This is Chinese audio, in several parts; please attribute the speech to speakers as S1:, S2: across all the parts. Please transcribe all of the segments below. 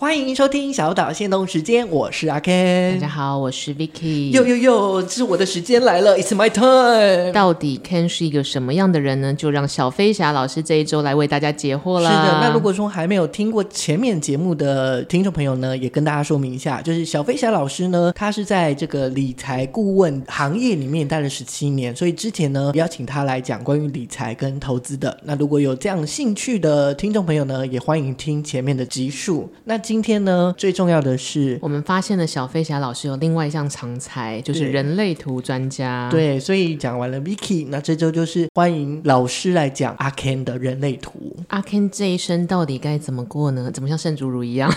S1: 欢迎收听小岛限动时间，我是阿
S2: 大
S1: Ken
S2: 家。好，我是 Vicky。
S1: 哟哟哟，这是我的时间来了，It's my time。
S2: 到底 Ken 是一个什么样的人呢？就让小飞侠老师这一周来为大家解惑
S1: 是
S2: 啦。
S1: 的，那如果说还没有听过前面节目的听众朋友呢，也跟大家说明一下，就是小飞侠老师呢，他是在这个理财顾问行业里面待了十七年，所以之前呢邀请他来讲关于理财跟投资的。那如果有这样兴趣的听众朋友呢，也欢迎听前面的集数。那今天呢，最重要的是。
S2: 我们发现了小飞侠老师有另外一项常才，就是
S1: 对
S2: 人类图专家。，
S3: 啊
S1: 对，所以讲完了 Vicky，那这周就是欢迎老师来讲阿 Ken 的人类图。
S2: 阿 Ken 这一生到底该怎么过呢？怎么像圣主如一样？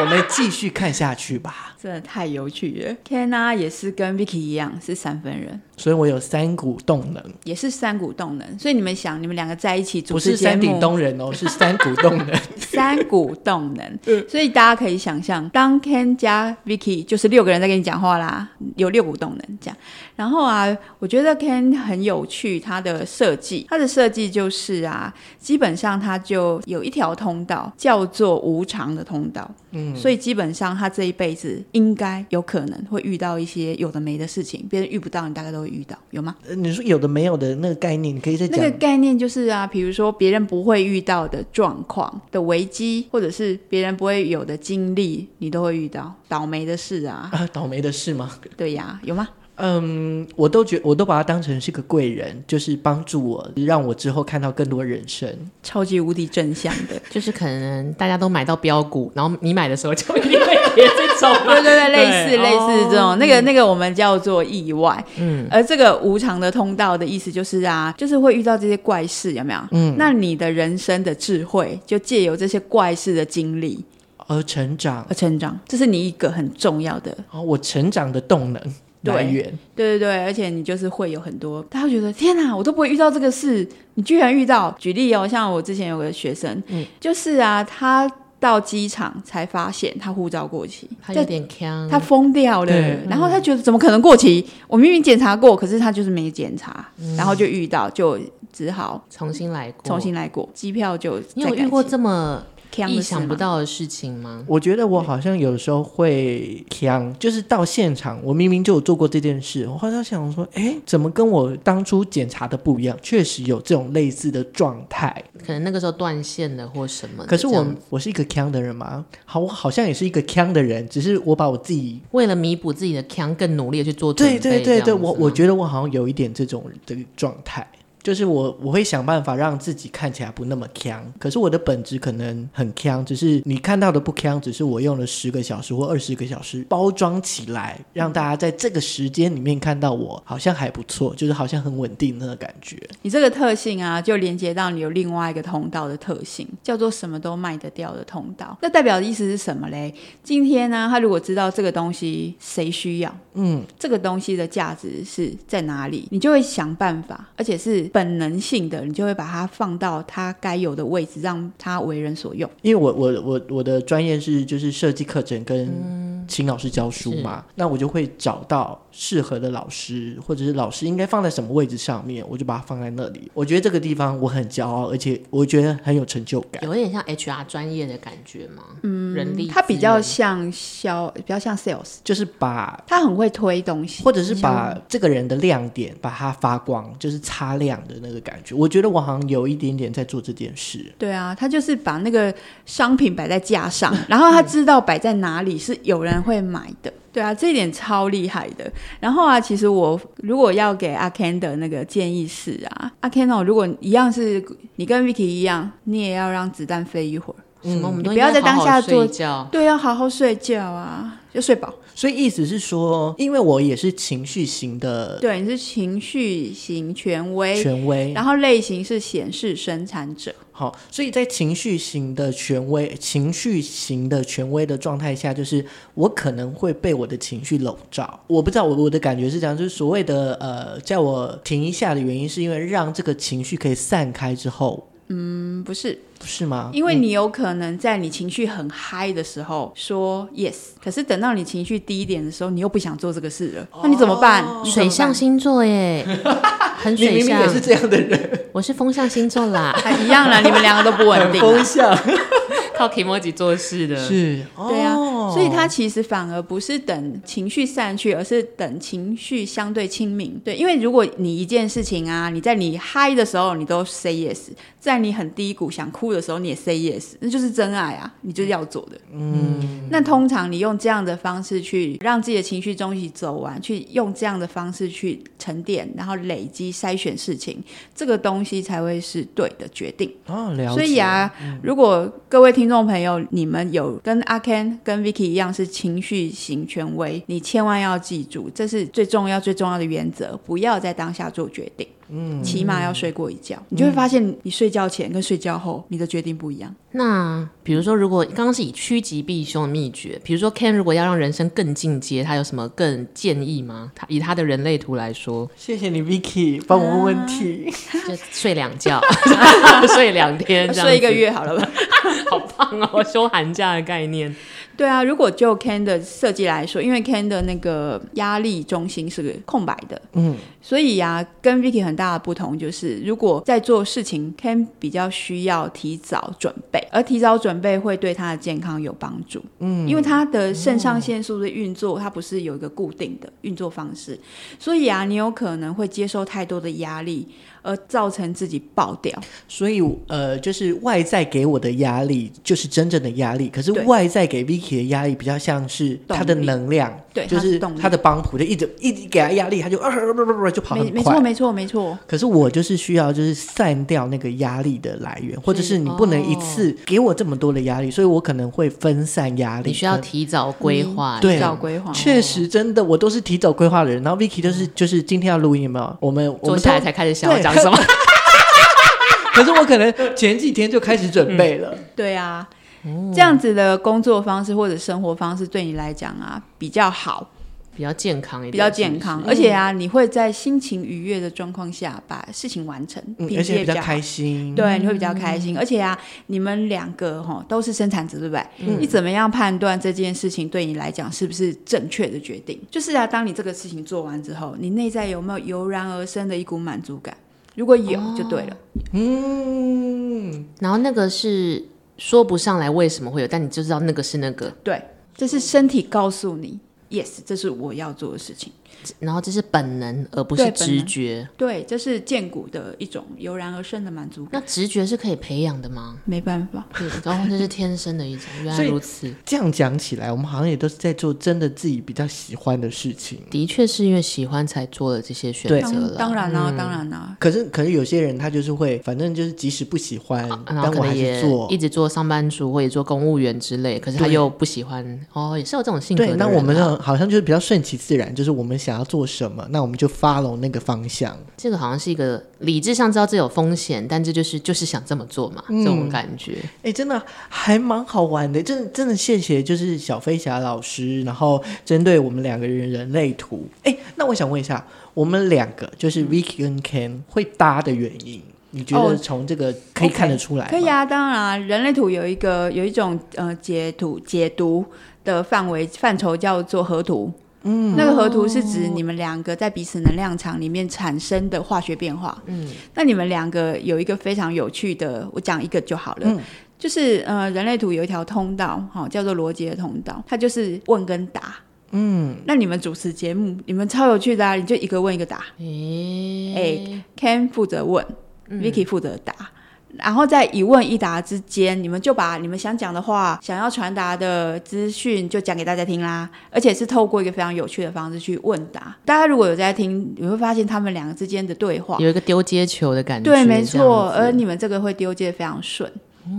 S1: 我们继续看下去吧。
S3: 真的太有趣了。Ken 啊，也是跟 Vicky 一样是三分人，
S1: 所以我有三股动能，
S3: 也是三股动能。所以你们想，你们两个在一起主
S1: 不是
S3: 持节
S1: 山
S3: 目，
S1: 顶洞人哦，是山谷洞人。
S3: 三股动能。所以大家可以想象，当 Ken 加 Vicky 就是六个人在跟你讲话啦，有六股动能这样。然后啊，我觉得 Ken 很有趣，他的设计，他的设计就是啊，基本上他就有一条通道叫做无常的通道。嗯，所以基本上他这一辈子应该有可能会遇到一些有的没的事情，别人遇不到，你大概都会遇到，有吗？
S1: 呃你说有的没有的那个概念，你可以再
S3: 那
S1: 讲。
S3: 个概念就是啊，比如说别人不会遇到的状况的危机，或者是别人不会有的经历，你都会遇到倒霉的事啊，
S1: 啊，倒霉的事吗？
S3: 对呀、有吗？
S1: 嗯，我都觉我都把他当成是个贵人，就是帮助我，让我之后看到更多人生。
S3: 超级无敌正向 的，
S2: 就是可能大家都买到标股，然后你买的时候就一定会跌这种嘛。
S3: 对对对，类似类似这种，
S2: 哦
S3: 那个那个我们叫做意外，嗯，而这个无常的通道的意思就是啊，就是会遇到这些怪事，有没有？嗯，那你的人生的智慧就借由这些怪事的经历
S1: 而成长，
S3: 而成长，这是你一个很重要的
S1: 哦，我成长的动能
S3: 对
S1: 来源。
S3: 对对对，而且你就是会有很多，大家会觉得天哪，我都不会遇到这个事，你居然遇到。举例哦，像我之前有个学生，
S2: 嗯
S3: 就是啊，他到机场才发现他护照过期，
S2: 他嗯有
S3: 在
S2: 点呛，
S3: 他疯掉了
S1: 对，
S3: 然
S2: 嗯
S3: 后他觉得怎么可能过期？我明明检查过，可是他就是没检查，
S2: 嗯
S3: 然后就遇到，就只好
S2: 重新来过。
S3: 重新，来过，机票就
S2: 你有遇过这么
S3: 这
S2: 意想不到的事情吗？
S1: 我觉得我好像有时候会强，就是到现场，我明明就有做过这件事，我好像想说，哎，怎么跟我当初检查的不一样？确实有这种类似的状态。嗯
S2: 可能那个时候断线了或什么的。
S1: 可是我
S2: 这样
S1: 我是一个强的人嘛，好，我好像也是一个强的人，只是我把我自己。
S2: 为了弥补自己的强，更努力的去做准
S1: 对对
S2: 备。
S1: 对对，我我
S2: 得
S1: 觉得我好像有一点这种的状态，就是我我会想办法让自己看起来不那么强，可是我的本质可能很强，只是你看到的不强，只是我用了十个小时或二十个小时包装起来，让大家在这个时间里面看到我好像还不错，就是好像很稳定那个感觉。
S3: 你这个特性啊，就连接到你有另外一个通道的特性，叫做什么都卖得掉的通道。那代表的意思是什么嘞？今天呢、他如果知道这个东西谁需要，嗯，这个东西的价值是在哪里，你就会想办法，而且是本能性的，你就会把它放到它该有的位置，让它为人所用。
S1: 因为我我我我的专业是就是设计课程跟请老师教书嘛，那我就会找到适合的老师，或者是老师应该放在什么位置上面，我就把它放在那里。我觉得这个地方我很骄傲，而且我觉得很有成就感。
S2: 有一点像 HR 专业的感觉嘛，嗯，人力
S3: 它比
S2: 资
S3: 较
S2: 源
S3: 像销，比较像 sales，
S1: 就是把
S3: 它很会推东西，
S1: 或者是把这个人的亮点把它发光，就是擦亮的那个感觉。我觉得我好像有一点点在做这件事。
S3: 对啊，他就是把那个商品摆在架 上，然后他知道摆在哪里是有人会买的。对啊，这一点超厉害的。然后啊，其实我如果要给阿 Ken 的那个建议是啊，阿 Ken 哦，如果一样是你跟 Vicky 一样，你也要让子弹飞一会儿。
S2: 什么，我们都
S3: 你不要
S2: 应该
S3: 在当
S2: 好好
S3: 下
S2: 睡
S3: 做
S2: 觉。
S3: 对，要好好睡觉啊，就睡饱。
S1: 所以意思是说，因为我也是情绪型的
S3: 对，你是情绪型权威，
S1: 权威，
S3: 然后类型是显示生产者。
S1: 好，所以在情绪型的权威、情绪型的权威的状态下，就是我可能会被我的情绪笼罩。我不知道我我的感觉是这样，就是所谓的呃，叫我停一下的原因，是因为让这个情绪可以散开之后，
S3: 嗯，不是，
S1: 是吗？
S3: 因为你有可能在你情绪很嗨的时候说 yes，可是等到你情绪低一点的时候，你又不想做这个事了，那你怎么办？你怎么
S2: 水
S3: 办
S2: 象星座耶，很
S1: 你
S2: 水
S1: 明明
S2: 象
S1: 也，是这样的人，
S2: 我是风象星座啦
S3: 。还一样啦，你们两个都不稳定
S1: 很
S3: 啊。
S1: 风向。
S2: 靠 emoji 做事的，
S1: 是，
S3: 对啊，
S1: 哦
S3: 所以他其实反而不是等情绪散去，而是等情绪相对清明。对，因为如果你一件事情啊，你在你嗨的时候你都 say yes，在你很低谷想哭的时候你也 say yes，那就是真爱啊，你就是要做的。嗯，那通常你用这样的方式去让自己的情绪中期走完，去用这样的方式去沉淀，然后累积筛选事情，这个东西才会是对的决定。
S1: 哦，了解，，
S3: 所以啊，如果各位听众朋友，你们有跟阿 Ken、跟 Vicky 一样是情绪型权威，你千万要记住，这是最重要、最重要的原则，不要在当下做决定。嗯，起码要睡过一觉，你就会发现，你睡觉前跟睡觉后，你的决定不一样。
S2: 那比如说，如果刚刚是以趋吉避凶的秘诀，比如说 Ken 如果要让人生更进阶，他有什么更建议吗？他以他的人类图来说
S1: 谢谢你，Vicky，帮我问问题。
S2: 就睡两觉， 睡两天，这样子
S3: 睡一个，月好了吧？
S2: 好棒哦！休寒假的概念，
S3: 对啊，如果就 Ken 的设计来说，因为 Ken 的那个压力中心是个空白的，
S1: 嗯，
S3: 所以呀、跟 Vicky 很大的不同就是，如果在做事情，Ken 比较需要提早准备，而提早准备会对他的健康有帮助。嗯，因为他的肾上腺素的运作，它不是有一个固定的运作方式，所以啊，你有可能会接受太多的压力，而造成自己爆掉。
S1: 所以呃，就是外在给我的压力就是真正的压力，可是
S3: 对
S1: 外在给 Vicky 的压力比较像是
S3: 动力
S1: 他的能量，
S3: 对
S1: 就
S3: 它是
S1: 是
S3: 动力
S1: 他的帮浦就一直一直给他压力，他就啊不不不就跑
S3: 没
S1: 很
S3: 没错，
S1: 快。
S3: 没错，没错。
S1: 可是我就是需要，就是散掉那个压力的来源，或者是哦你不能一次给我这么多的压力，所以我可能会分散压力。
S2: 你需要
S1: 可
S2: 提早规划。
S1: 对
S3: 提早规划。
S1: 确实，真的，我都是提早规划的人。然后 Vicky 就是就是今天要录音有没有？我们我
S2: 坐
S1: 们
S2: 下来
S1: 都
S2: 才开始想要
S1: 对
S2: 讲什么，
S1: 可是我可能前几天就开始准备了。
S3: 对啊，
S1: 哦
S3: 这样子的工作方式或者生活方式对你来讲啊比较好，
S2: 比较健康一点，
S3: 比较健康，
S2: 是不
S3: 而
S2: 是
S3: 且
S1: 嗯
S3: 啊你会在心情愉悦的状况下把事情完成，
S1: 嗯
S3: 品，
S1: 而
S3: 质也
S1: 且比较
S3: 好
S1: 开。心。
S3: 对，你会比较开心，而且啊，你们两个哈都是生产者，对不对？
S1: 嗯
S3: 你怎么样判断这件事情对你来讲是不是正确的决定？就是啊，当你这个事情做完之后，你内在有没有油然而生的一股满足感？如果有，就对了。
S1: 哦嗯，
S2: 然后那个是说不上来为什么会有，但你就知道那个是那个，
S3: 对，这是身体告诉你，yes，这是我要做的事情。
S2: 然后这是本能而不是
S3: 对本
S2: 直
S3: 能
S2: 觉。
S3: 对，这是剑骨的一种油然而生的满足
S2: 那
S3: 感。
S2: 直觉是可以培养的吗？
S3: 没办法，
S2: 对，然后这是天生的一种，原来
S1: 所以
S2: 如此。
S1: 这样讲起来，我们好像也都是在做真的自己比较喜欢的事情。
S2: 的确是因为喜欢才做了这些选
S1: 对嗯
S2: 择嗯
S3: 当
S2: 了，
S3: 当然啦、当然啦、
S1: 可是，可是有些人他就是会，反正就是即使不喜欢，
S2: 啊然
S1: 啊
S2: 后
S1: 但
S2: 可
S1: 我还
S2: 能也
S1: 是做
S2: 一。直做上班族或者做公务员之类，可是他
S1: 对
S2: 又不喜欢哦，也是有这种性格的
S1: 对，
S2: 人啊。
S1: 那我们呢，好像就是比较顺其自然，就是我们想要做什么，那我们就 follow 那个方向。
S2: 这个好像是一个理智上知道这有风险，但这就是就是想这么做嘛，这种感觉。
S1: 哎、真的还蛮好玩的，真的真的谢谢，就是小飞侠老师，然后针对我们两个人人类图。哎、那我想问一下，我们两个就是
S2: 嗯
S1: Vicky 跟 Ken 会搭的原因，你觉得
S3: 哦
S1: 从这个可以
S3: OK，
S1: 看得出来吗
S3: 可以啊，当然啊、人类图有一个有一种呃解图解读的范围范畴叫做合图。嗯，那个合图是指你们两个在彼此能量场里面产生的化学变化。嗯，那你们两个有一个非常有趣的，我讲一个就好了。
S1: 嗯
S3: 就是呃，人类图有一条通道，哈、叫做罗杰通道，它就是问跟答。嗯，那你们主持节目，你们超有趣的啊！你就一个问一个答，
S2: 诶、
S3: 哎，Ken 负责问、v i c k y 负责答，然后在一问一答之间，你们就把你们想讲的话、想要传达的资讯就讲给大家听啦，而且是透过一个非常有趣的方式去问答。大家如果有在听，你会发现他们两个之间的对话，
S2: 有一个丢接球的感觉。
S3: 对，没
S2: 这
S3: 错，
S2: 样
S3: 而
S2: 子
S3: 你们这个会丢接得非常顺。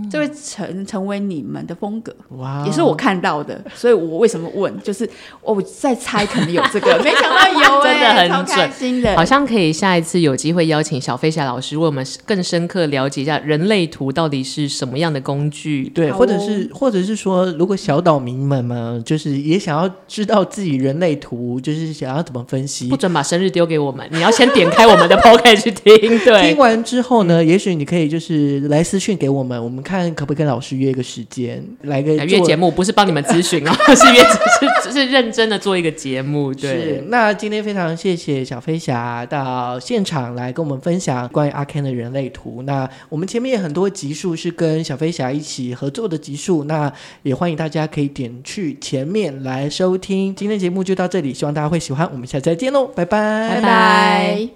S3: 这会成成为你们的风格，
S2: 哦
S1: 哇
S3: 也是我看到的，所以我为什么问，就是哦我在猜可能有这个，没想到有、欸，
S2: 真的很
S3: 超开
S2: 准
S3: 心的，
S2: 好像可以下一次有机会邀请小飞侠老师为我们更深刻了解一下人类图到底是什么样的工具。
S1: 对，
S3: 好
S1: 或者是
S2: 哦
S1: 或者是说，如果小岛民们们就是也想要知道自己人类图，就是想要怎么分析
S2: 不，准把生日丢给我们，你要先点开我们的 p o c a s t 去听。对嗯
S1: 听，完之后呢，也许你可以就是来私讯给我们，我们们看可不可以跟老师约一个时间，来个
S2: 来约
S1: 做
S2: 节目不是帮你们咨询哦， 是约是是是认真的做一个节目，
S1: 是
S2: 对，，
S1: 那今天非常谢谢小飞侠到现场来跟我们分享关于阿 Ken 的人类图。那我们前面也很多集数是跟小飞侠一起合作的集数，那也欢迎大家可以点去前面来收听。今天节目就到这里，希望大家会喜欢，我们下次再见喽，拜拜
S2: 拜拜